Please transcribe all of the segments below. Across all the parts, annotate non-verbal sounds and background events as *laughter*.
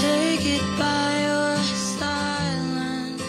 blinded by your silence.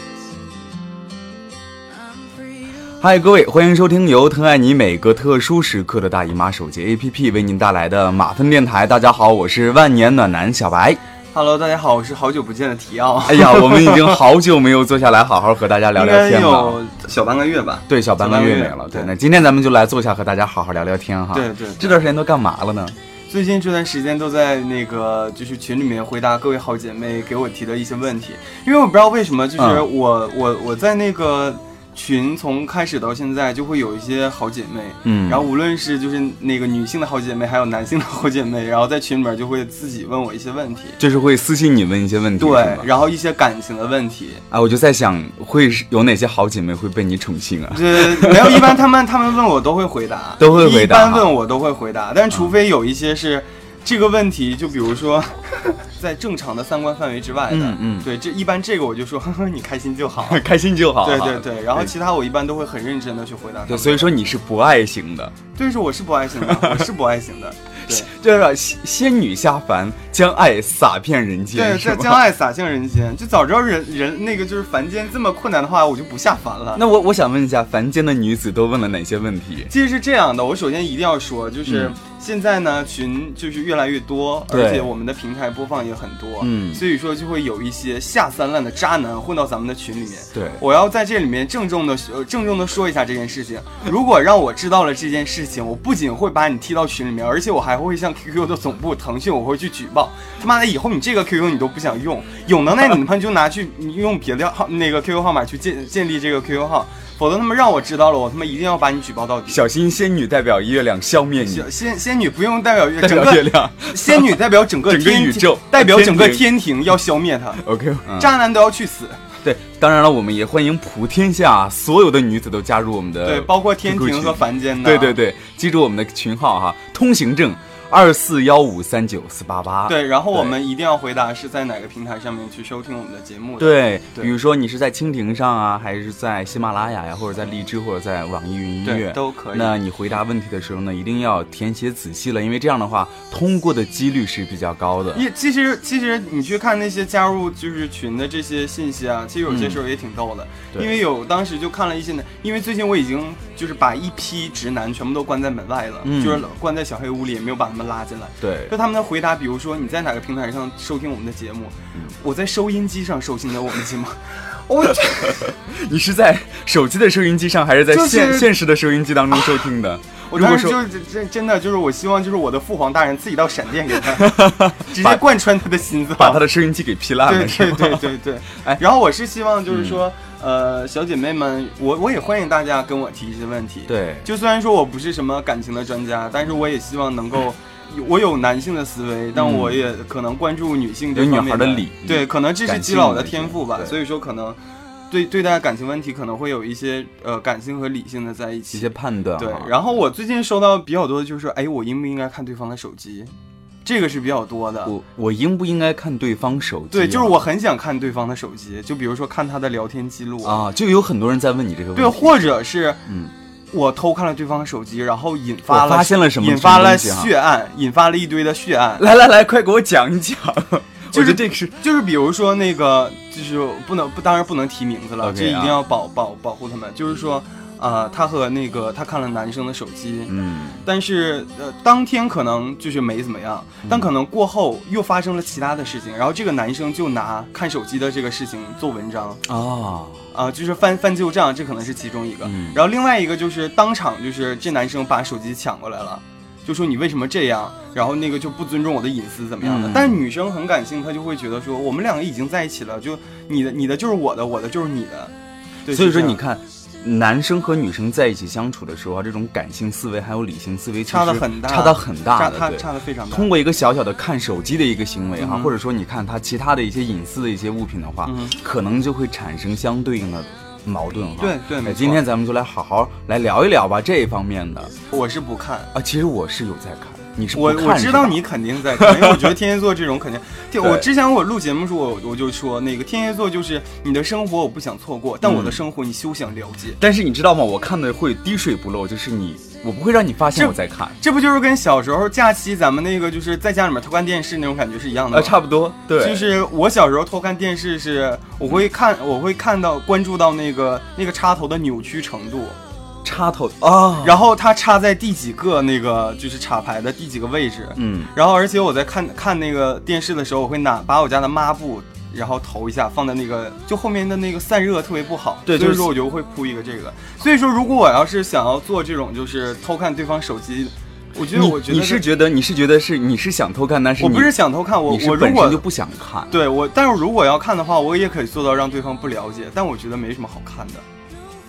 I'm free to 嗨，各位，欢迎收听由疼爱你每个特殊时刻的大姨妈手机 APP 为您带来的马粪电台。大家好，我是万年暖男小 *laughs* 白。 Hello，大家好，我是好久不见的提奥，哎呀，我们已经好久没有坐下来好好和大家 *laughs* 聊应聊该天了。有小半个月吧？对，小半个月没了。对，那今天咱们就来坐下和大家好好聊聊天哈。对对对这段时间都干嘛了呢？最近这段时间都在那个就是群里面回答各位好姐妹给我提的一些问题，因为我不知道为什么，就是嗯我、我我在那个群从开始到现在就会有一些好姐妹。嗯，然后无论是就是那个女性的好姐妹，还有男性的好姐妹，然后在群里面就会自己问我一些问题，就是会私信你问一些问题，对是，吧然后一些感情的问题，啊，我就在想，会是有哪些好姐妹会被你宠幸 *laughs* 啊？这没有，一般他们他们问我都会回答， *laughs* 都会回答一般问我都会回答，但除非有一些是、这个问题，就比如说 *laughs* 在正常的三观范围之外的，嗯嗯对，这一般这个我就说，呵呵，你开心就好。开心就 *laughs* 好哈对对对，然后其他我一般都会很认真的去回答他们。对，所以说你是不爱型的。对，是我是不爱型的，我是不爱 *laughs* 型的。对就是仙仙女下凡，将爱洒遍人间，对，是在吧将爱洒向人间，就早知道人人那个就是凡间这么困难的话，我就不下凡了。 *laughs* 那我我想问一下，凡间的女子都问了哪些问题？其实是这样的，我首先一定要说，就是嗯现在呢，群就是越来越多，对而且我们的平台播放也很多，嗯所以说就会有一些下三滥的渣男混到咱们的群里面。对我要在这里面郑重的呃郑重的说一下这件事情。如果让我知道了这件事情，我不仅会把你踢到群里面，而且我还会向 QQ 的总部、腾讯我会去举报。他妈的，以后你这个 QQ 你都不想用，有能耐你他妈就拿去你用别的号那个 QQ 号码去建建立这个 QQ 号，否则他们让我知道了，我他妈一定要把你举报到底。小心仙女代表月亮消灭你小，仙仙女不用代表月嗯 *laughs* 代整表月个亮。 *laughs* *laughs* 仙女代表整个整个天宇庭宙代表整个天天庭要消灭他， OK，、嗯、渣男都要去死。对，当然了，我们也欢迎普天下所有的女子都加入我们的对，包括天 QQ 庭群和凡间的。对对对，记住我们的群号哈，通行证二四幺五三九四八八。啊对，然后我对们一定要回答是在哪个平台上面去收听我们的节目的。对，对比如说你是在蜻蜓上啊，还是在喜马拉雅呀，或者在荔枝，或者在网易云音对乐都可以那你回答问题的时候呢，一定要填写仔细了，因为这样的话，通过的几率是比较高的。也其实其实你去看那些加入就是群的这些信息啊，其实有些时候也挺逗的，嗯对因为有当时就看了一些呢，因为最近我已经就是把一批直男全部都关在门外了，嗯就是关在小黑屋里，也没有把他们拉进来。对就他们的回答，比如说你在哪个平台上收听我们的节目，嗯我在收音机上收听的我们的节 *laughs* 目，我这你是在手机的收音机上，还是在就是现、现实的收音机当中收听的？ *laughs* 我如果当时说就真真的就是我希望就是我的父皇大人自己到闪电给他， *laughs* 直接贯穿他的心脏，把他的收音机给劈烂对了，是对吗？对对对。 *laughs* 哎嗯然后我是希望就是说，呃，小姐妹们，我我也欢迎大家跟我提一些问题。，对就虽然说我不是什么感情的专家，但是我也希望能够。我有男性的思维，但我也可能关注女性这有女方面孩的理对，可能这是感基性佬的嗯的一天些赋吧对。所以说，可能对对待感情问题可能会有一些呃感性和理性的在一一起。些判断哈。对，然后我最近收到比较多的就是，哎，我应不应该看对方的手机？这个是比较多的。我我应不应该看对方手机啊、对，就是我很想看对方的手机，就比如说看他的聊天记录，啊，就有很多人在问你这个问题。对，或者是嗯，我偷看了对方的手机，然后引发我了发现了什么引发了什么东西啊血案，引发了一堆的血案。来来来，快给我讲一讲。就是我觉得这个是就是比如说那个，就是不能不，当然不能提名字了 OK 这一啊定要保保保护他们。就是说，啊，他和那个他看了男生的手机，嗯。但是呃，当天可能就是没怎么样，嗯但可能过后又发生了其他的事情，然后这个男生就拿看手机的这个事情做文章，哦，啊、就是翻翻旧账，这可能是其中一个。嗯然后另外一个就是当场就是这男生把手机抢过来了，就说你为什么这样？然后那个就不尊重我的隐私怎么样的？嗯但是女生很感性，她就会觉得说我们两个已经在一起了，就你的你的就是我的，我的就是你的。对，所以是这说样你看，男生和女生在一起相处的时候啊，这种感性思维还有理性思维其实差得很大差得很大差的。差对差的非常大。通过一个小小的看手机的一个行为哈、嗯哼或者说你看他其他的一些隐私的一些物品的话，嗯哼可能就会产生相对应的矛盾哈。对对哎没错今天咱们就来好好来聊一聊吧这一方面的我是不看。啊。其实我是有在看，你是不我看我知道是吧你肯定在看，因为我觉得天蝎座这种 *laughs* 肯定。对，对我之前我录节目的时候，我我就说那个天蝎座就是你的生活嗯我不想错过，但我的生活你休想了解。但是你知道吗？我看的会滴水不漏，就是你我不会让你发现这我在看，这不就是跟小时候假期咱们那个就是在家里面偷看电视那种感觉是一样的呃，吗？差不多，对，就是我小时候偷看电视是，我会看，我会看到关注到那个那个插头的扭曲程度，插头啊，然后它插在第几个那个就是插排的第几个位置，嗯，然后而且我在看看那个电视的时候，我会拿把我家的抹布。然后投一下，放在那个就后面的那个散热特别不好，对所就以是说我就会铺一个这个。所以说，如果我要是想要做这种就是偷看对方手机，我觉得我觉你得你是觉得你是觉得是你是想偷看，但是我你不是想偷看，我你是我如本果身就不想看，对我，但是如果要看的话，我也可以做到让对方不了解，但我觉得没什么好看的。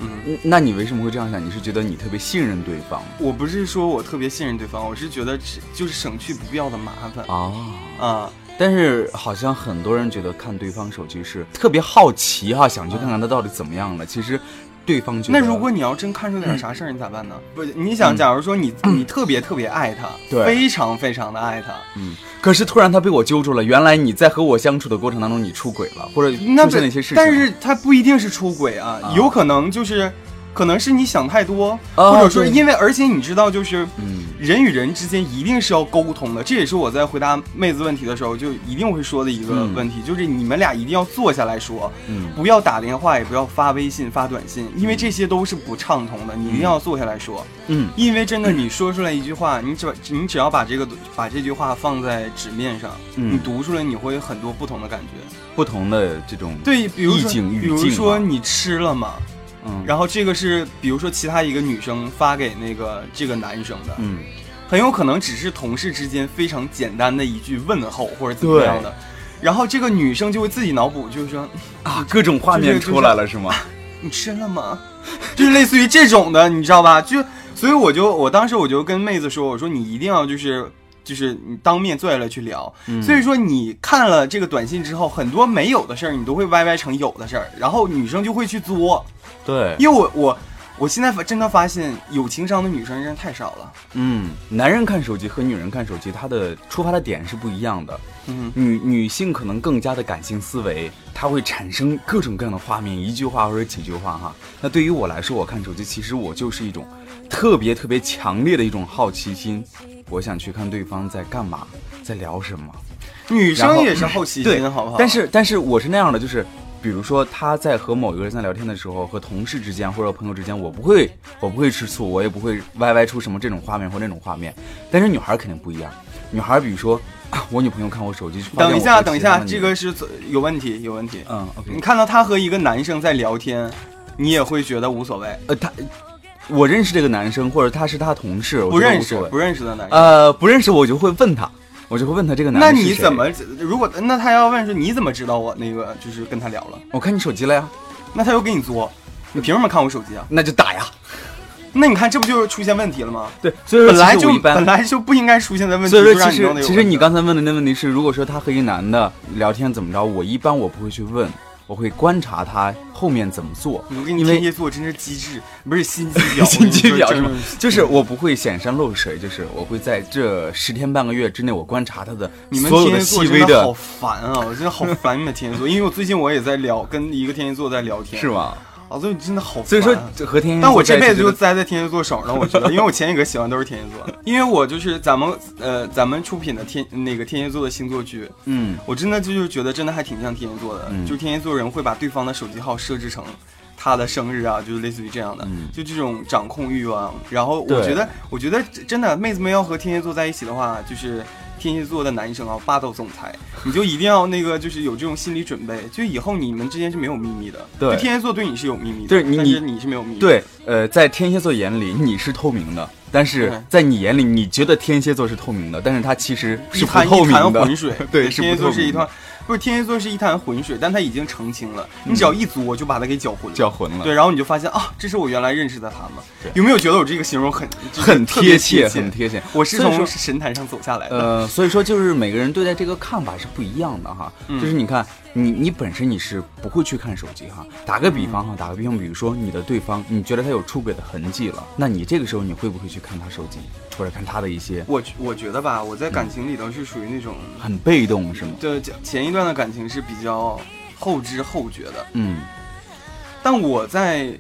嗯，嗯那你为什么会这样想？你是觉得你特别信任对方我不是说我特别信任对方，我是觉得只就是省去不必要的麻烦啊？啊。但是好像很多人觉得看对方手机是特别好奇哈、想去看看他到底怎么样了。其实，对方觉得那如果你要真看出点啥事儿，你咋办呢？不，你想，嗯假如说你你特别特别爱他，对非常非常的爱他，嗯可是突然他被我揪住了，原来你在和我相处的过程当中你出轨了，或者出那现了不一些事情，但是他不一定是出轨啊，啊有可能就是，可能是你想太多，啊或者说对因为，而且你知道就是。嗯人与人之间一定是要沟通的，这也是我在回答妹子问题的时候就一定会说的一个嗯问题，就是你们俩一定要坐下来说，嗯不要打电话，也不要发微信、发短信，因为这些都是不畅通的，你一定要坐下来说。嗯因为真的，你说出来一句话，你只你只要把这个把这句话放在纸面上，嗯你读出来，你会有很多不同的感觉。不同的这种对，比如意说，境比语如境吧说你吃了吗？嗯然后这个是，比如说其他一个女生发给那个这个男生的，嗯很有可能只是同事之间非常简单的一句问候或者怎么样的，然后这个女生就会自己脑补，就是说啊各种画面出来了是吗？你吃了吗？ *laughs* 就是类似于这种的，你知道吧？就所以我就我当时我就跟妹子说，我说你一定要就是。就是你当面坐下来去聊，嗯所以说你看了这个短信之后，很多没有的事儿你都会歪歪成有的事儿，然后女生就会去作， *laughs* 对，因为我我我现在发真的发现有情商的女生真的太少了，嗯，男人看手机和女人看手机，他的出发的点是不一样的。嗯，女女性可能更加的感性思维，她会产生各种各样的画面，一句话或者几句话哈。那对于我来说，我看手机其实我就是一种特别特别强烈的一种好奇心，我想去看对方在干嘛，在聊什么。女然生后也是好奇对心，好不好？但是但是我是那样的，就是比如说他在和某一个人在聊天的时候，和同事之间或者朋友之间，我不会我不会吃醋，我也不会歪歪出什么这种画面或那种画面。但是女孩肯定不一样，女孩比如说、啊我女朋友看我手机，发现等一我下，和等一其他下，的女这个是有问题，有问题。嗯你，OK，看到他和一个男生在聊天，你也会觉得无所谓，呃他。我认识这个男生，或者他是他同事，我不觉得认无识所谓不认识的男生。呃，不认识我就会问他，我就会问他这个男那的是你谁怎么？如果那他要问说你怎么知道我那个就是跟他聊了？我看你手机了呀，那他又给你作，你凭什么看我手机啊？那就打呀。那你看这不就是出现问题了吗？对，所以说本其来实就我一般本来就不应该出现在问题，所以就说，让其弄得实有其实问你题啊刚才问的那问题是，如果说他和一男的聊天怎么着，我一般我不会去问，我会观察他后面怎么做。我给你因为 *laughs* 天蝎座真是机智，不是心机婊，心机婊真是的吗？就是我不会显山露水，就是我会在这十天半个月之内，我观察他的你们所有天蝎细座微真的好的，烦啊！我真的好烦你们天 *laughs* 蝎座，因为我最近我也在聊，跟一个天蝎座在聊天，是？吗？啊，所以真的好烦啊。所以说这和天蝎座在一起，但我这辈子就觉得栽在天蝎座手上，*laughs* 我觉得，因为我前一个喜欢都是天蝎座的，因为我就是咱们呃咱们出品的天那个天蝎座的星座剧，嗯，我真的就是觉得真的还挺像天蝎座的，嗯就是天蝎座人会把对方的手机号设置成。他的生日啊，就是类似于这样的，嗯就这种掌控欲望。然后我对觉得，我觉得真的，妹子们要和天蝎座在一起的话，就是天蝎座的男生啊，霸道总裁，你就一定要那个，就是有这种心理准备，就以后你们之间是没有秘密的。对就天蝎座对你是有秘密的，对你但是你是没有秘密的。对，呃，在天蝎座眼里你是透明的，但是嗯在你眼里，你觉得天蝎座是透明的，但是他其实一是不潭透一潭明的，浑水对是不天蝎座是一透明团，不是天蝎座是一潭浑水，但它已经澄清了，嗯你只要一作就把它给搅浑了，叫混了对，。然后你就发现啊，这是我原来认识的他们对。有没有觉得我这个形容很就是 *laughs* 很特别贴切，很贴切。我是所以从说神坛上走下来的，呃，所以说就是每个人对待这个看法是不一样的哈。嗯就是你看，你你本身你是不会去看手机哈。打个比嗯方哈，打个比方，比如说你的对方，你觉得他有出轨的痕迹了，那你这个时候你会不会去看他手机，或者看他的一些我我觉得吧，我在感情里头是属于那种，很被动是吗？对前一段的感情是比较后知后觉的，嗯但我在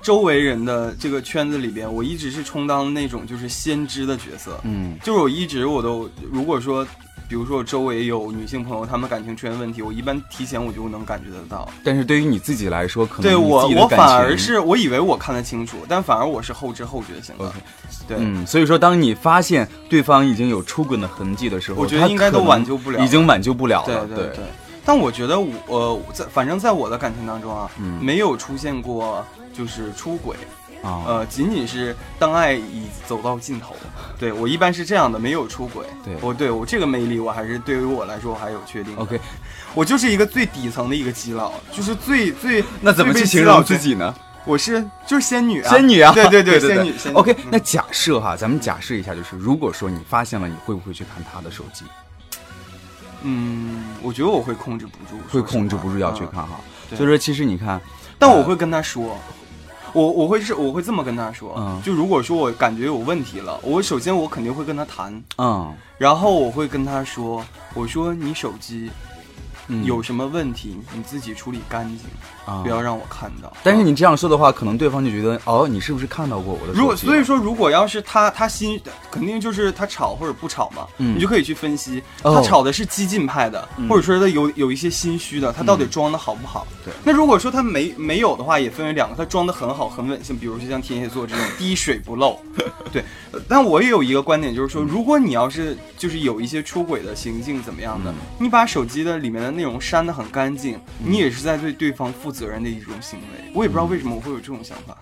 周围人的这个圈子里边，我一直是充当那种就是先知的角色，嗯就是我一直我都如果说。比如说，我周围有女性朋友，她们感情出现问题，我一般提前我就能感觉得到。但是对于你自己来说，可能对你我自己，的我感反而情是我以为我看得清楚，但反而我是后知后觉型的。 OK 对，嗯，所以说，当你发现对方已经有出滚的痕迹的时候，我觉得他应该可都能挽救不了已经挽救不了了。对对。但我觉得我呃在反正在我的感情当中啊，嗯没有出现过就是出轨，啊，呃，仅仅是当爱已走到尽头。对我一般是这样的，没有出轨。对我对我这个魅力，我还是对于我来说我还有确定的。 OK，我就是一个最底层的一个基佬，就是最最那怎么最去被形基佬容自最？己呢？我是就是仙女啊，仙女啊，对对 *laughs* 对仙女仙女。 OK，嗯那假设哈，咱们假设一下，就是如果说你发现了，你会不会去看他的手机？嗯，我觉得我会控制不住，会说实控制不话住要去嗯看嗯哈。对所以说，其实你看，但我会跟他说，我我会是我会这么跟他说，嗯就如果说我感觉有问题了，我首先我肯定会跟他谈，嗯，然后我会跟他说，我说你手机嗯有什么问题，你自己处理干净，啊不要让我看到。但是你这样说的话，可能对方就觉得哦，你是不是看到过我的手机？啊如果所以，说，如果要是他他心肯定就是他吵或者不吵嘛，嗯你就可以去分析哦嗯他吵的是激进派的，或者说他有有一些心虚的，他到底装的好不好？对那如果说他没没有的话，也分为两个，他装的很好很稳性，比如说像天蝎座 *laughs* 这种滴水不漏。对，呃但我也有一个观点，就是说，如果你要是就是有一些出轨的行径怎么样的，嗯你把手机的里面的内容删的很干净，你也是在对对方负责任的一种行为。我也嗯不知道为什么我会有这种想法。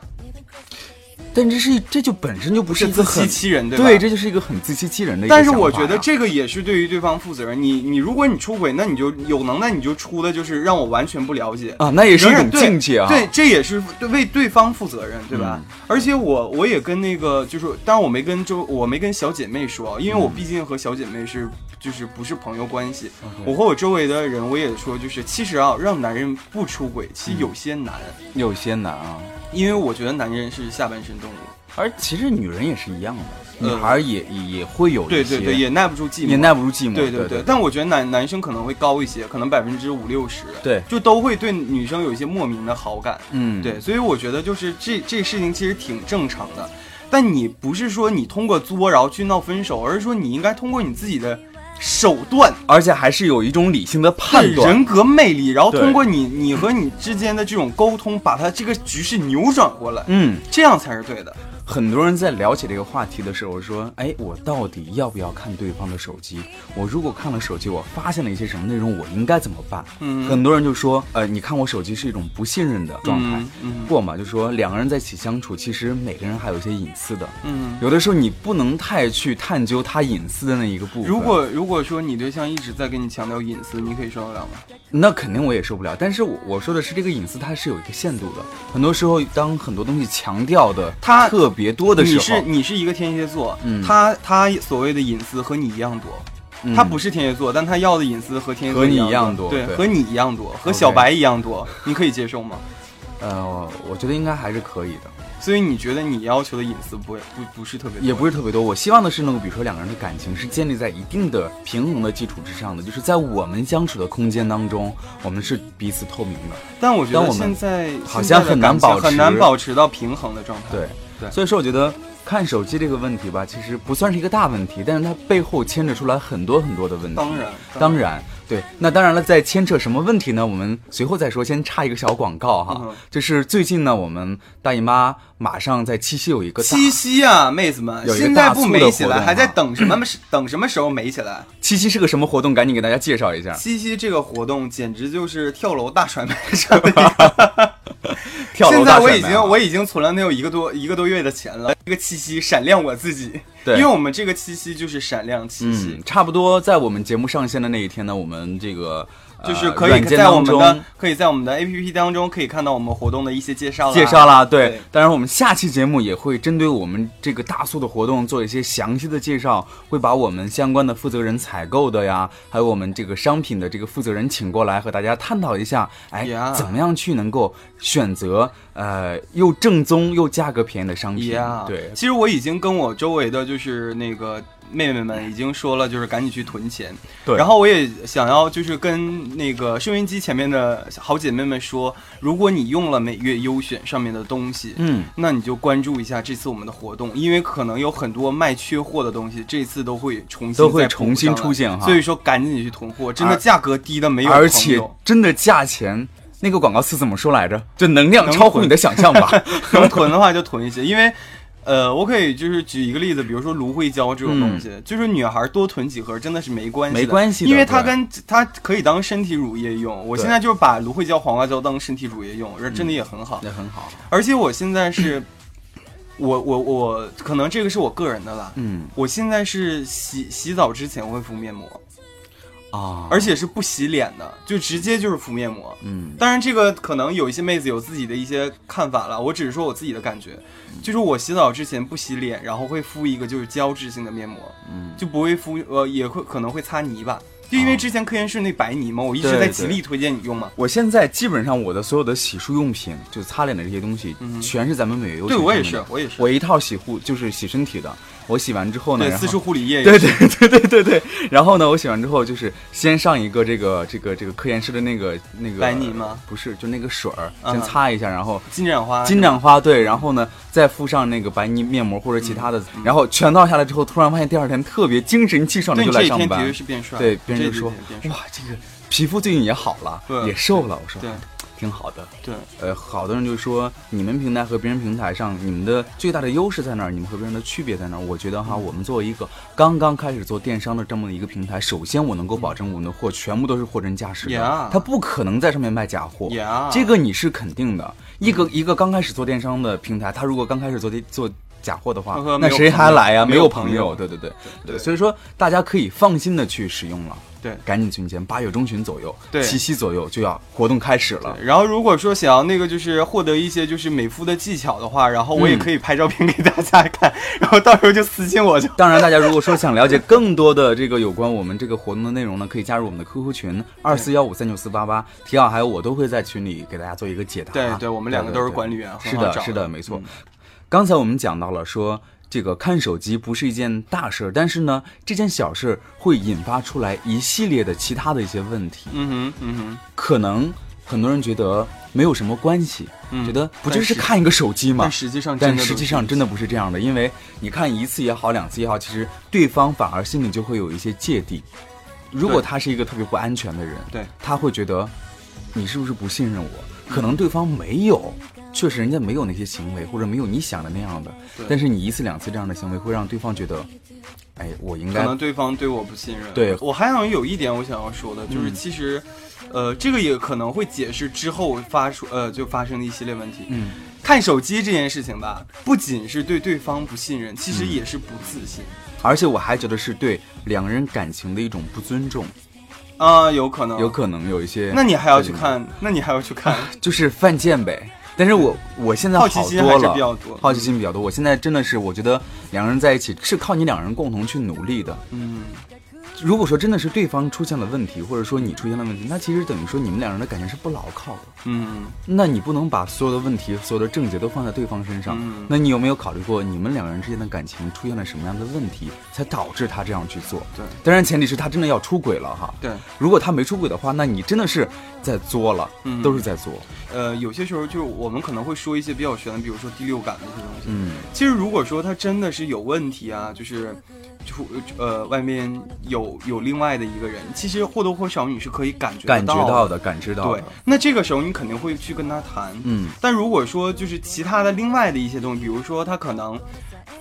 但这是一这就本身就不是是一个自欺很欺人，对吧？对，这就是一个很自欺欺人的一个但想是法呀。我觉得这个也是对于对方负责任。你你如果你出轨，那你就有能耐你就出的就是让我完全不了解，啊，那也是一仍然种境界啊。嗯对，对，这也是对为对方负责任，对吧？而且我我也跟那个就是，当然我没跟周我没跟小姐妹说，啊因为嗯我毕竟和小姐妹是就是不是朋友关系。我和我周围的人我也说，就是其实啊，让男人不出轨其实嗯有些难，有些难啊。因为我觉得男人是下半身动物，而其实女人也是一样的，嗯女孩儿也也也会有对一对些，对，也耐不住寂寞，也耐不住寂寞。对嗯对对但我觉得男男生可能会高一些，可能百分之五六十，对就都会对女生有一些莫名的好感，嗯，对，所以我觉得就是这这事情其实挺正常的，但你不是说你通过作然后去闹分手，而是说你应该通过你自己的手段。而且还是有一种理性的判对断。人格魅力，然后对通过你你和你之间的这种沟通，把它这个局势扭转过来，嗯，这样才是对的。很多人在聊起这个话题的时候说：“哎，我到底要不要看对方的手机？我如果看了手机，我发现了一些什么内容，我应该怎么办？”嗯很多人就说：“呃，你看我手机是一种不信任的状态。嗯嗯过嘛，就说两个人在一起相处，其实每个人还有一些隐私的。嗯，有的时候你不能太去探究他隐私的那一个部分。如果如果说你对象一直在跟你强调隐私，你可以受得了吗？那肯定我也受不了，但是我我说的是这个隐私它是有一个限度的，很多时候当很多东西强调的它特别多的时你候是，你是一个天蝎座，嗯他他所谓的隐私和你一样多，嗯他不是天蝎座，但他要的隐私和天蝎座和你一样一样多对，对和你一样多，和小白一样多，你可以接受吗？呃，我我觉得应该还是可以的，所以你觉得你要求的隐私不会不不是特别多也不是特别多。我希望的是能够，比如说两个人的感情是建立在一定的平衡的基础之上的，就是在我们相处的空间当中，我们是彼此透明的。但我觉但得我们现在好像现在的很难感情保持很难保持到平衡的状态。对，对所以说我觉得看手机这个问题吧，其实不算是一个大问题，但是它背后牵扯出来很多很多的问题。当然当然，对，那当然了，在牵扯什么问题呢？我们随后再说，先插一个小广告哈，嗯哼就是最近呢，我们大姨妈马上在七夕有一个大七夕啊，妹子们，有一个现在大不促美的起活来，动还在啊等什么？ *clears throat* 等什么时候美起来？七夕是个什么活动？赶紧给大家介绍一下。七夕这个活动简直就是跳楼大甩卖什么的。跳楼现在大甩卖啊我已经我已经存了能有一个多一个多月的钱了。这个七夕闪亮我自己，对因为我们这个七夕就是闪亮七夕嗯，，差不多在我们节目上线的那一天呢，我们这个、呃、就是可以软件在我当们中的可以在我们的 APP 当中可以看到我们活动的一些介绍啦介绍。啦，对对，当然我们下期节目也会针对我们这个大促的活动做一些详细的介绍，会把我们相关的负责人采购的呀，还有我们这个商品的这个负责人请过来和大家探讨一下，哎 Yeah 怎么样去能够选择呃又正宗又价格便宜的商品 Yeah，对，其实我已经跟我周围的就是那个妹妹们已经说了，就是赶紧去囤钱。对然后我也想要就是跟那个收音机前面的好姐妹们说，如果你用了每月优选上面的东西，嗯，那你就关注一下这次我们的活动，因为可能有很多卖缺货的东西，这次都会重新都会再补重新上来出现哈所以说赶紧去囤货，真的而价格低的没有朋友，而且真的价钱，那个广告词怎么说来着？就能量超乎你的想象吧。能囤的话就囤一些，因为。呃，我可以就是举一个例子，比如说芦荟胶这种东西，就是女孩多囤几盒真的是没关系嗯的，没关系的因为它对跟它可以当身体乳液用。我对嗯现在就是把芦荟胶、黄瓜胶当身体乳液用，而真 *laughs* 的也很好。那很好，而且我现在是，我我我可能这个是我个人的啦，嗯我现在是洗洗澡之前会敷面膜，啊，嗯而且是不洗脸的，就直接就是敷面膜。嗯当然，这个可能有一些妹子有自己的一些看法了，我只是说我自己的感觉，就是我洗澡之前不洗脸，然后会敷一个就是胶质性的面膜，嗯，哦就不会敷呃也会可能会擦泥巴，就因为之前科颜氏那白泥嘛，我一直对在对极力推荐你用嘛。我现在基本上我的所有的洗漱用品，就擦脸的这些东西，嗯全是咱们美优。对我也是，，我也是，我一套洗护就是洗身体的，我洗完之后呢，对然后 *laughs* 四处护理液也对是，对对对对对。然后呢，我洗完之后就是先上一个这个这个这个科研室的那个那个白泥吗？不是，就那个水儿，嗯先擦一下，然后金盏花，金盏花对，然后呢再敷上那个白泥面膜或者嗯其他的，然后全套下来之后，突然发现第二天特别精神气爽的对就你这来一上天的确班，是变帅，对，这别人一就说 *laughs* 天变帅哇，这个皮肤最近也好了，对也瘦了，我说对挺好的。对，呃，好多人就说你们平台和别人平台上，你们的最大的优势在哪儿？你们和别人的区别在哪儿？我觉得嗯哈，我们作为一个刚刚开始做电商的这么一个平台，首先我能够保证我们的货全部都是货真价实的嗯 Yeah 它不可能在上面卖假货。 Yeah 嗯这个你是肯定的。一个一个刚开始做电商的平台，他如果刚开始做电做假货的话呵呵，那没有谁还朋友来呀？没没有有朋朋友友，对对对对对，所以说大家可以放心的去使用了。对赶紧存钱，八月中旬左右，对七夕左右就要活动开始了。然后如果说想要那个就是获得一些就是美肤的技巧的话，然后我也嗯可以拍照片给大家看，然后到时候就私信我就。当然，大家如果说想了解更多的这个有关我们这个活动的内容呢，可以加入我们的 QQ 群二四幺五三九四八八，提奥还有我都会在群里给大家做一个解答。对对我们两个都是对管理员对很是好的，找的是的，没错。嗯刚才我们讲到了说。这个看手机不是一件大事儿，但是呢，这件小事儿会引发出来一系列的其他的一些问题。嗯哼，嗯可能很多人觉得没有什么关系，嗯觉得不就但是是看一个手机哼，吗但？实际上真但的都是，实际上真的不是这样的，因为你看一次也好，两次也好，其实对方反而心里就会有一些芥蒂。如果对他是一个特别不安全的人，对他会觉得你是不是不信任我？可能对方没有，确实人家没有那些行为，或者没有你想的那样的对。但是你一次两次这样的行为，会让对方觉得，哎，我应可该能对方对我不信任。对嗯我还想有一点我想要说的，就是其实，呃，这个也可能会解释之后发出呃就发生的一系列问题。嗯，看手机这件事情吧，不仅是对对方不信任，其实嗯也是不自信。而且我还觉得是对两个人感情的一种不尊重，啊，有可能，有可能有一些。那你还要去对看，那你还要 *laughs* 去看，就是犯贱呗。但是我我现在好好奇心多还是了，比较多好奇心比较多。我现在真的是，我觉得两人在一起是靠你两人共同去努力的。嗯，如果说真的是对方出现了问题，或者说你出现了问题，那其实等于说你们两人的感情是不牢靠的。嗯，那你不能把所有的问题、所有的症结都放在对方身上。嗯那你有没有考虑过，你们两个人之间的感情出现了什么样的问题，才导致他这样去做？对当然前提是他真的要出轨了哈。对，如果他没出轨的话，那你真的是在作了，嗯都是在作。呃，有些时候就是我们可能会说一些比较玄的，比如说第六感的一些东西。嗯，其实如果说他真的是有问题啊，就是，就呃，外面有有另外的一个人，其实或多或少你是可以感觉感觉到到的，感知到的。对，那这个时候你肯定会去跟他谈。嗯但如果说就是其他的另外的一些东西，比如说他可能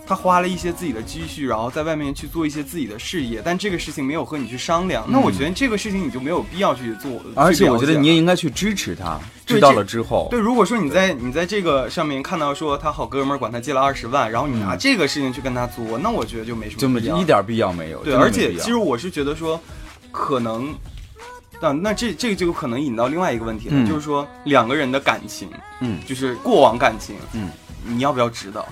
他花了一些自己的积蓄，然后在外面去做一些自己的事业，但这个事情没有和你去商量，那我觉得这个事情你就没有必要去做。，嗯而且去了我觉得解你也应该去支持他，对知道这了之后，对，如果说你在你在这个上面看到说他好哥们儿管他借了二十万，然后你拿嗯这个事情去跟他作，那我觉得就没什就么没必要一点必要没有。对，真的而没且必要其实我是觉得说，可能，那那这这个就可能引到另外一个问题了，嗯就是说两个人的感情，嗯就是过往感情，嗯，你要不要知道？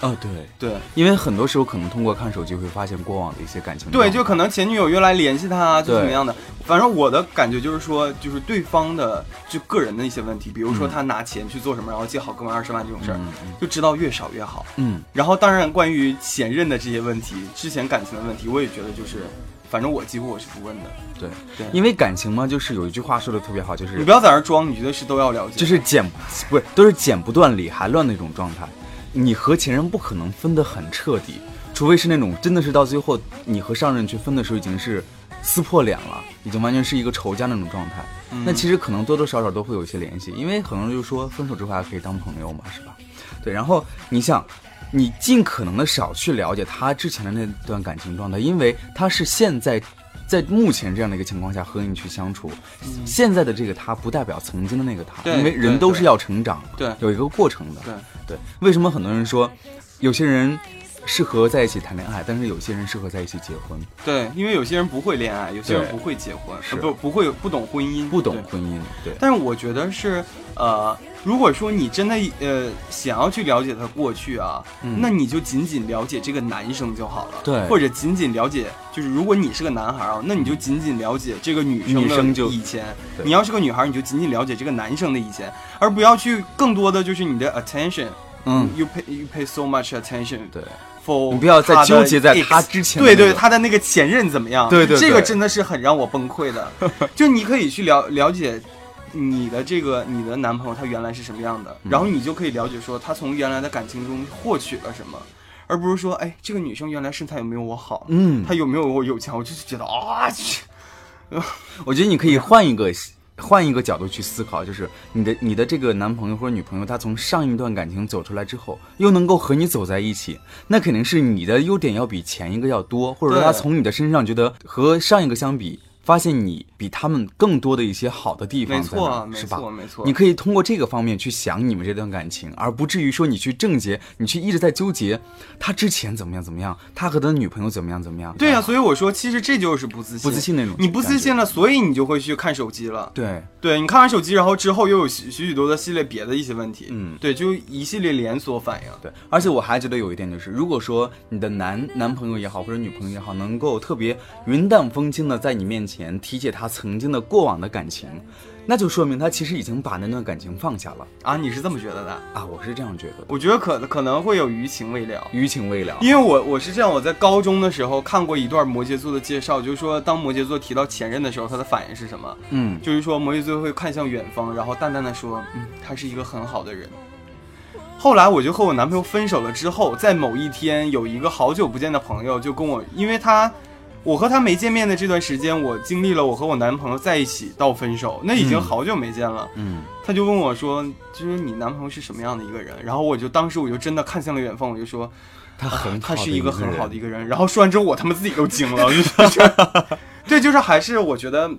啊，对，对因为很多时候可能通过看手机会发现过往的一些感情状对，态。就可能前女友又来联系他啊，就对怎么样的。反正我的感觉就是说，就是对方的就个人的一些问题，比如说他拿钱去做什么，然后借好哥们二十万这种事儿，嗯嗯就知道越少越好。嗯，然后，当然，关于前任的这些问题，之前感情的问题，我也觉得就是，反正我几乎我是不问的。对，对因为感情嘛，就是有一句话说的特别好，就你是不要在那儿装，你觉得是都要了解，就是剪不是都是剪不断理还乱的一种状态。你和前任不可能分得很彻底，除非是那种真的是到最后你和上任去分的时候已经是撕破脸了，已经完全是一个仇家那种状态。那其实可能多多少少都会有一些联系，因为很多人就说分手之后还可以当朋友嘛，是吧？对，然后你想，你尽可能的少去了解他之前的那段感情状态，因为他是现在在目前这样的一个情况下和你去相处，现在的这个他不代表曾经的那个他，嗯对因为人对都对是要成长，对有一个过程的。对对，为什么很多人说有些人适合在一起谈恋爱，但是有些人适合在一起结婚，对，因为有些人不会恋爱，有些人对不会结婚，是呃不不会不懂婚姻，不懂对婚姻？对，但是我觉得是，呃，如果说你真的呃想要去了解他过去啊，嗯那你就仅仅了解这个男生就好了，对或者仅仅了解，就是如果你是个男孩啊，那你就仅仅了解这个女女生生的就以前；对你要是个女孩，你就仅仅了解这个男生的以前，而不要去更多的就是你的 attention，嗯，you pay you pay so much attention 对。 for，你不要再他的纠结在 ex 他之前的对那对，个他的那个前任怎么样？对对对这个真的是很让我崩 *laughs* 溃的。就你可以去了了解你的这个你的男朋友他原来是什么样的，嗯然后你就可以了解说他从原来的感情中获取了什么，而不是说哎这个女生原来身材有没有我好，嗯她有没有我有钱，我就是觉得啊去。我觉得你可以换一个换一个角度去思考，就是你的你的这个男朋友或者女朋友，他从上一段感情走出来之后，又能够和你走在一起，那肯定是你的优点要比前一个要多，或者说对他从你的身上觉得和上一个相比，发现你比他们更多的一些好的地方没在错哪，没是吧？错没错你可以通过这个方面去想你们这段感情，而不至于说你去症结，你去一直在纠结他之前怎么样怎么样，他和他的女朋友怎么样怎么样。对呀、啊所以我说其实这就是不自信，不自信那种你不自信了，所以你就会去看手机了。对。对你看完手机，然后之后又有许许许多多系列别的一些问题，嗯对，就一系列连锁反应。对，而且我还觉得有一点就是，如果说你的男男朋友也好，或者女朋友也好，能够特别云淡风轻的在你面前提起他曾经的过往的感情，那就说明他其实已经把那段感情放下了啊，你是这么觉得的？啊，我是这样觉得的，我觉得可可能会有余情未了，余情未了。因为我我是这样，我在高中的时候看过一段摩羯座的介绍，就是说当摩羯座提到前任的时候，他的反应是什么？嗯，就是说摩羯座会看向远方，然后淡淡的说，嗯，他是一个很好的人。后来我就和我男朋友分手了之后，在某一天，有一个好久不见的朋友就跟我，因为他，我和他没见面的这段时间，我经历了我和我男朋友在一起到分手，那已经嗯好久没见了。嗯，他就问我说：“就是你男朋友是什么样的一个人？”然后我就当时我就真的看向了远方，我就说他：“很好他是的一一个个很好人的一个人。”然后说完之后，我他妈自己都惊了，我就说对，就是还是我觉得，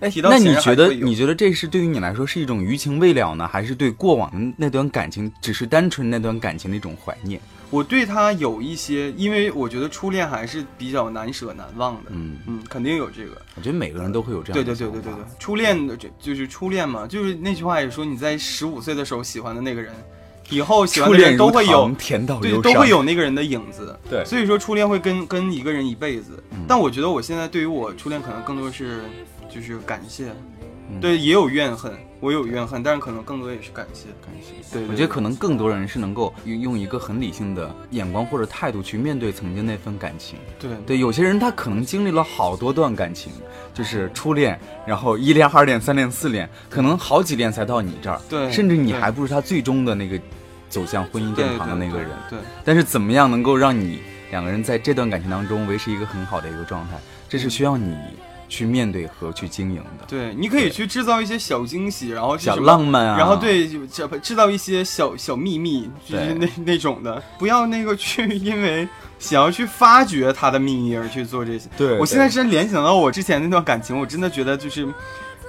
哎，提到那前你任觉还得会有你觉得这是对于你来说是一种余情未了呢，还是对过往的那段感情只是单纯那段感情的一种怀念？我对他有一些，因为我觉得初恋还是比较难舍难忘的。嗯嗯，肯定有这个。我觉得每个人都会有这样对的对对对对对，初恋的这就是初恋嘛，就是那句话也说，你在十五岁的时候喜欢的那个人，以后喜对欢初的恋人如都会有糖甜到对，忧都伤会有那个人的影子。对所以说初恋会跟跟一个人一辈子。但我觉得我现在对于我初恋可能更多是就是感谢，对，也有怨恨，我有怨恨，但是可能更多也是感谢。感谢。对，对我觉得对可能更多人是能够用用一个很理性的眼光或者态度去面对曾经那份感情。对对，有些人他可能经历了好多段感情，就是初恋，然后一恋、二恋、三恋、四恋，可能好几恋才到你这儿。对甚至你对还不是他最终的那个走向婚姻对殿堂的对那个人。对，对但是怎么样能够让你两个人在这段感情当中维持一个很好的一个状态，这是需要你去面对和去经营的。对，你可以去制造一些小惊喜，然后是小什么浪漫啊然后对，就制制造一些小小秘密，就是那对那种的，不要那个去因为想要去发掘他的秘密而去做这些。对我对现在真联想到我之前那段感情，我真的觉得就是。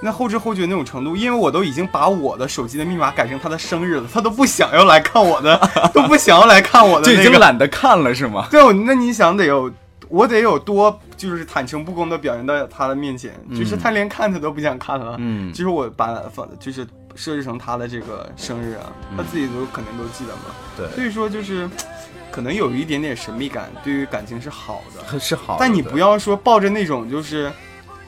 那后知后觉那种程度，因为我都已经把我的手机的密码改成他的生日了，他都不想要来看我的， *laughs* 都不想要来看我的、就那已个，经懒得看了是吗？ *laughs* 对，我那你想得有我得有多就是坦诚不公的表现到他的面前，就是他连看他都不想看了。嗯就是我把放就是设置成他的这个生日啊，他自己都肯定都记得嘛。所嗯对，以说就是，可能有一点点神秘感，对于感情是好的。是好的。但你对不要说抱着那种就是，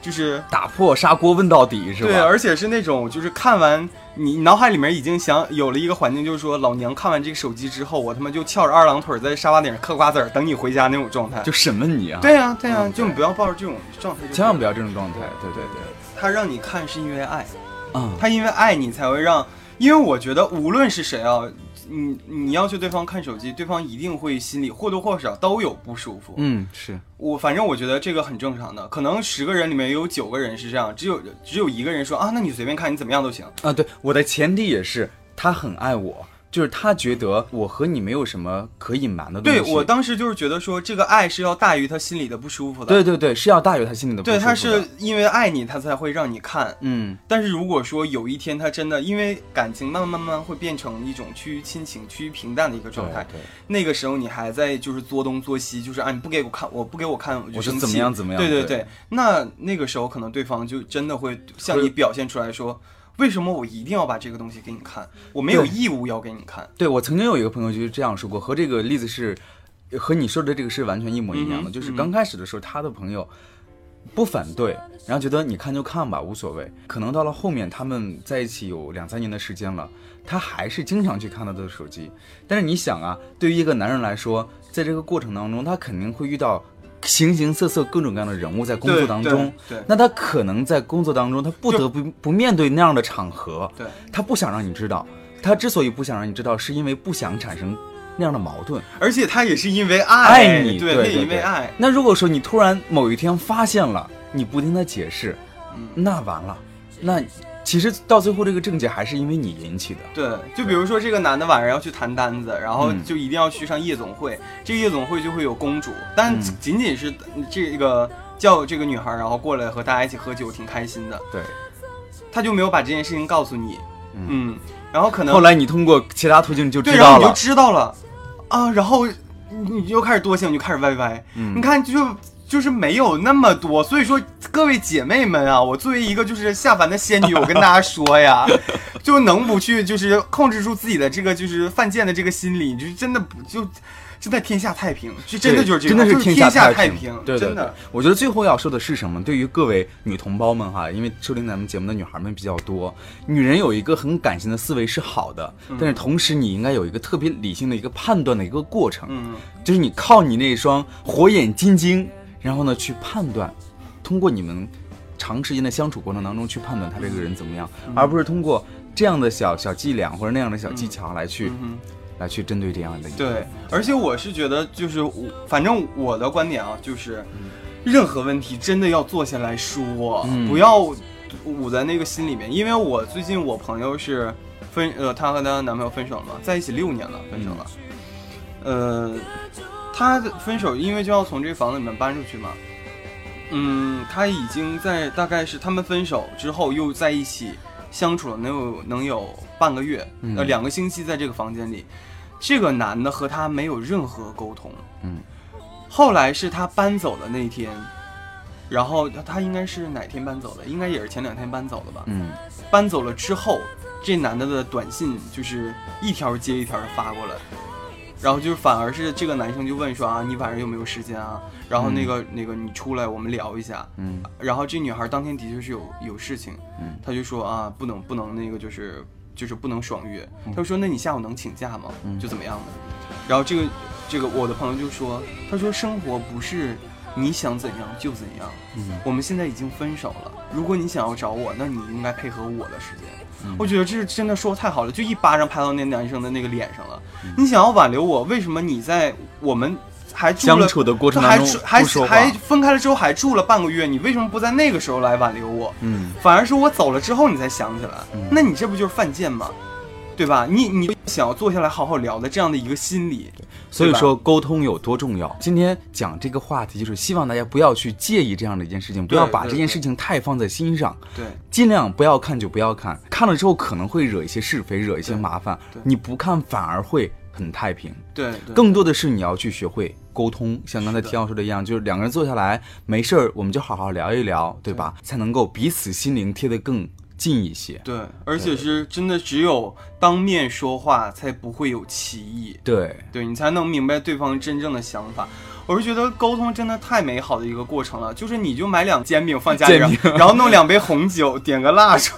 就是打破砂锅问到底，是吧？对，而且是那种就是看完你脑海里面已经想有了一个环境，就是说老娘看完这个手机之后，我他妈就翘着二郎腿在沙发顶上嗑瓜子儿等你回家那种状态。就审问你啊，，对呀、对呀、嗯就你不要抱着这种状态，千万不要。要这种状态。对对对，他让你看是因为爱，嗯，他因为爱你才会让，因为我觉得无论是谁啊，你你要去对方看手机，对方一定会心里或多或少都有不舒服。嗯是，我反正我觉得这个很正常的，可能十个人里面有九个人是这样，只有只有一个人说啊，那你随便看，你怎么样都行。啊，对，我的前提也是他很爱我，就是他觉得我和你没有什么可隐瞒的东西。对我当时就是觉得说，这个爱是要大于他心里的不舒服的。对对对，是要大于他心里的不对，舒服他的是因为爱你，他才会让你看。嗯但是如果说有一天他真的因为感情慢慢慢慢会变成一种趋于亲情、趋于平淡的一个状态，对对那个时候你还在就是作东作西，就是啊你不给我看，我不给我看，我就我是生气怎么样怎么样对对对对，那那个时候可能对方就真的会向你会表现出来说，为什么我一定要把这个东西给你看？我没有对义务要给你看。对我曾经有一个朋友就是这样说过，和这个例子是和你说的这个是完全一模一样的，嗯哼就是嗯刚开始的时候他的朋友。不反对，然后觉得你看就看吧，无所谓。可能到了后面，他们在一起有两三年的时间了，他还是经常去看他的手机。但是你想啊，对于一个男人来说，在这个过程当中，他肯定会遇到形形色色、各种各样的人物在工作对当对中。对那他可能在工作当中，他不得不不面对那样的场合。对，他不想让你知道，他之所以不想让你知道，是因为不想产生那样的矛盾，而且他也是因为爱，爱你，对，对他对也对因为爱。那如果说你突然某一天发现了，你不听他解释，嗯那完了，那其实到最后这个症结还是因为你引起的。对，就比如说这个男的晚上要去谈单子，然后嗯就一定要去上夜总会，这个夜总会就会有公主，但嗯仅仅是这个叫这个女孩，然后过来和大家一起喝酒，挺开心的，对，他就没有把这件事情告诉你，嗯嗯，然后可能后来你通过其他途径就对，知然道后你就了。知道了，啊，然后你你就开始多想，你就开始歪歪，嗯你看就。就是没有那么多，所以说各位姐妹们啊，我作为一个就是下凡的仙女，我跟大家说 *laughs* 呀，就能不去就是控制住自己的这个就是犯贱的这个心理，就是真的不就真的天下太平，就真的对就是这真个，的就是天下下太平，对对真的对。我觉得最后要说的是什么？对于各位女同胞们哈，因为收听咱们节目的女孩们比较多，女人有一个很感性的思维是好的，嗯但是同时你应该有一个特别理性的一个判断的一个过程，嗯，就是你靠你那双火眼金睛，然后呢去判断，通过你们长时间的相处过程当中去判断他这个人怎么样，嗯而不是通过这样的小小伎俩或者那样的小技巧来去、嗯来去针对这样的一个对，而且我是觉得，就是我，反正我的观点啊，就是任何问题真的要坐下来说，嗯不要捂在那个心里面。因为我最近我朋友是分呃，她和她男朋友分手了嘛，在一起六年了，分手了。嗯呃，她的分手因为就要从这房子里面搬出去嘛。嗯，她已经在大概是他们分手之后又在一起相处了，能有能有半个月，嗯呃，两个星期在这个房间里。这个男的和她没有任何沟通。嗯，后来是她搬走的那天，然后她应该是哪天搬走的？应该也是前两天搬走的吧。嗯搬走了之后，这男的的短信就是一条接一条的发过来，然后就是反而是这个男生就问说啊，你晚上有没有时间啊？然后那个、那个你出来我们聊一下。嗯然后这女孩当天的确是有有事情，嗯她就说啊，不能不能那个就是就是不能爽约。她就说那你下午能请假吗？嗯就怎么样的？然后这个这个我的朋友就说，他说生活不是你想怎样就怎样，嗯我们现在已经分手了，如果你想要找我，那你应该配合我的时间。嗯我觉得这是真的说得太好了，就一巴掌拍到那男生的那个脸上了。嗯你想要挽留我，为什么你在我们还住了相处的过程还当中住还不说话还分开了之后还住了半个月，你为什么不在那个时候来挽留我？嗯反而是我走了之后你才想起来，嗯那你这不就是犯贱吗？对吧？你你想要坐下来好好聊的这样的一个心理，所以说沟通有多重要。今天讲这个话题，就是希望大家不要去介意这样的一件事情，不要把对这件事情太放在心上，对尽量不要看就不要看，看了之后可能会惹一些是非，惹一些对麻烦对。你不看反而会很太平。对对，更多的是你要去学会沟通，像刚才是的田老师说的一样，就是两个人坐下来没事儿，我们就好好聊一聊，对吧？才能够彼此心灵贴得更近一些。对，而且是真的只有当面说话才不会有歧义，对，对你才能明白对方真正的想法。我是觉得沟通真的太美好的一个过程了，就是你就买两煎饼放家里，煎饼然后弄两杯红酒，点个 *laughs* 蜡烛，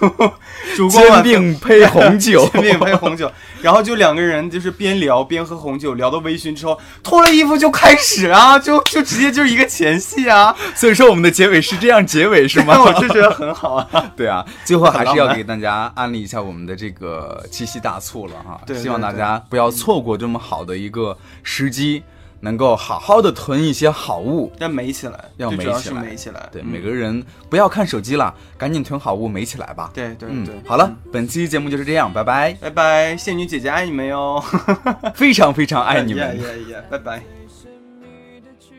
烛光煎晚饼 *laughs* 配红酒，*laughs* 煎饼配红酒，然后就两个人就是边聊边喝红酒，聊到微醺之后脱了衣服就开始啊，就就直接就是一个前戏啊，所以说我们的结尾是这样结尾是吗那？我就觉得很好 *laughs* 啊。对啊，最后还是很浪要漫给大家安利一下我们的这个七夕大促了哈，对对希望大家不要错过这么好的一个时机，能够好好的囤一些好物。但美起来， *laughs* 要最美主要起是来美起来。对，嗯每个人不要看手机了，赶紧囤好物，美起来吧。对对嗯对，，好了，本期节目就是这样，拜拜， *laughs* 拜拜，仙女姐姐爱你们哟，非常非常 *laughs* 爱你 *laughs* 们。耶耶耶，拜拜。神秘的距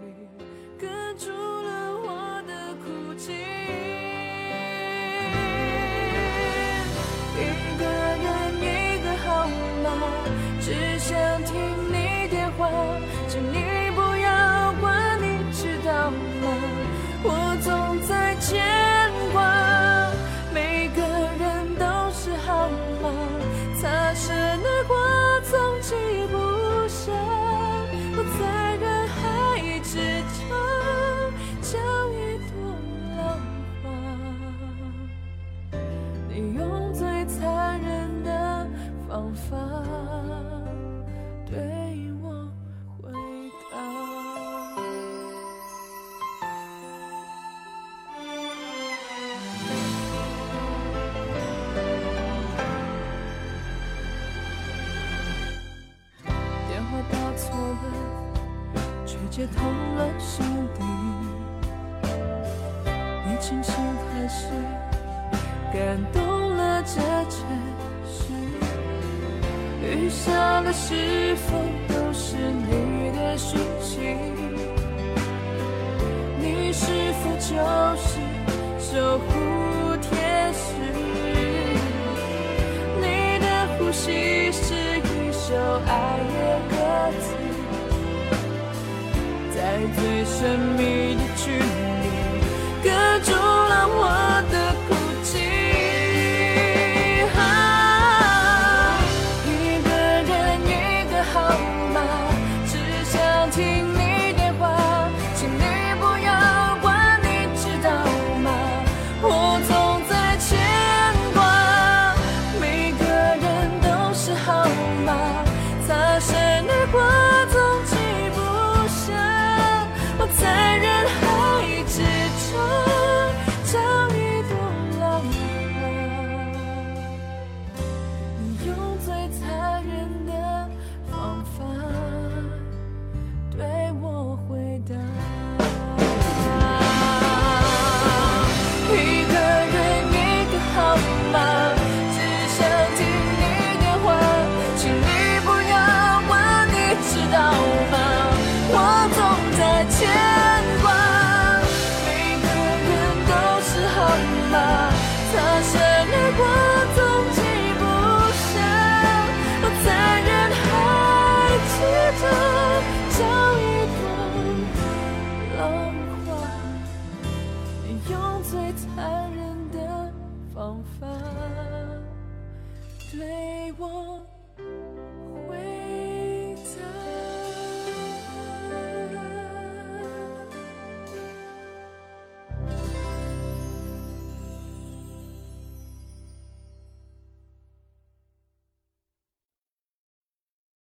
离，隔住了我的哭泣。一个人，一个号码，只想听你电话，请你不要管，你知道吗？我总在牵挂，每个人都是号码，擦身而过，从记不上。我在人海之中，像一朵浪花。你用最残忍的方法对我回答。电话打错了，却接通了心底。你轻轻开始。感动了这城市，雨下了是否都是你的讯息？你是否就是守护天使？你的呼吸是一首爱的歌词。在最神秘的距离，隔住了我的哭泣。啊，一个人一个号码，只想听你电话，请你不要管，你知道吗？我总在牵挂，每个人都是号码，擦身而过，总记不下。我在人海之中，找一朵浪花，你用最残忍的方法对我回答。一个人一个号码，只想听你电话，请你不要管，你知道吗？我总在牵挂，每个人都是号码，擦身而过，总记不下。我在人海之中找一朵浪花。你用最残忍的方法对我。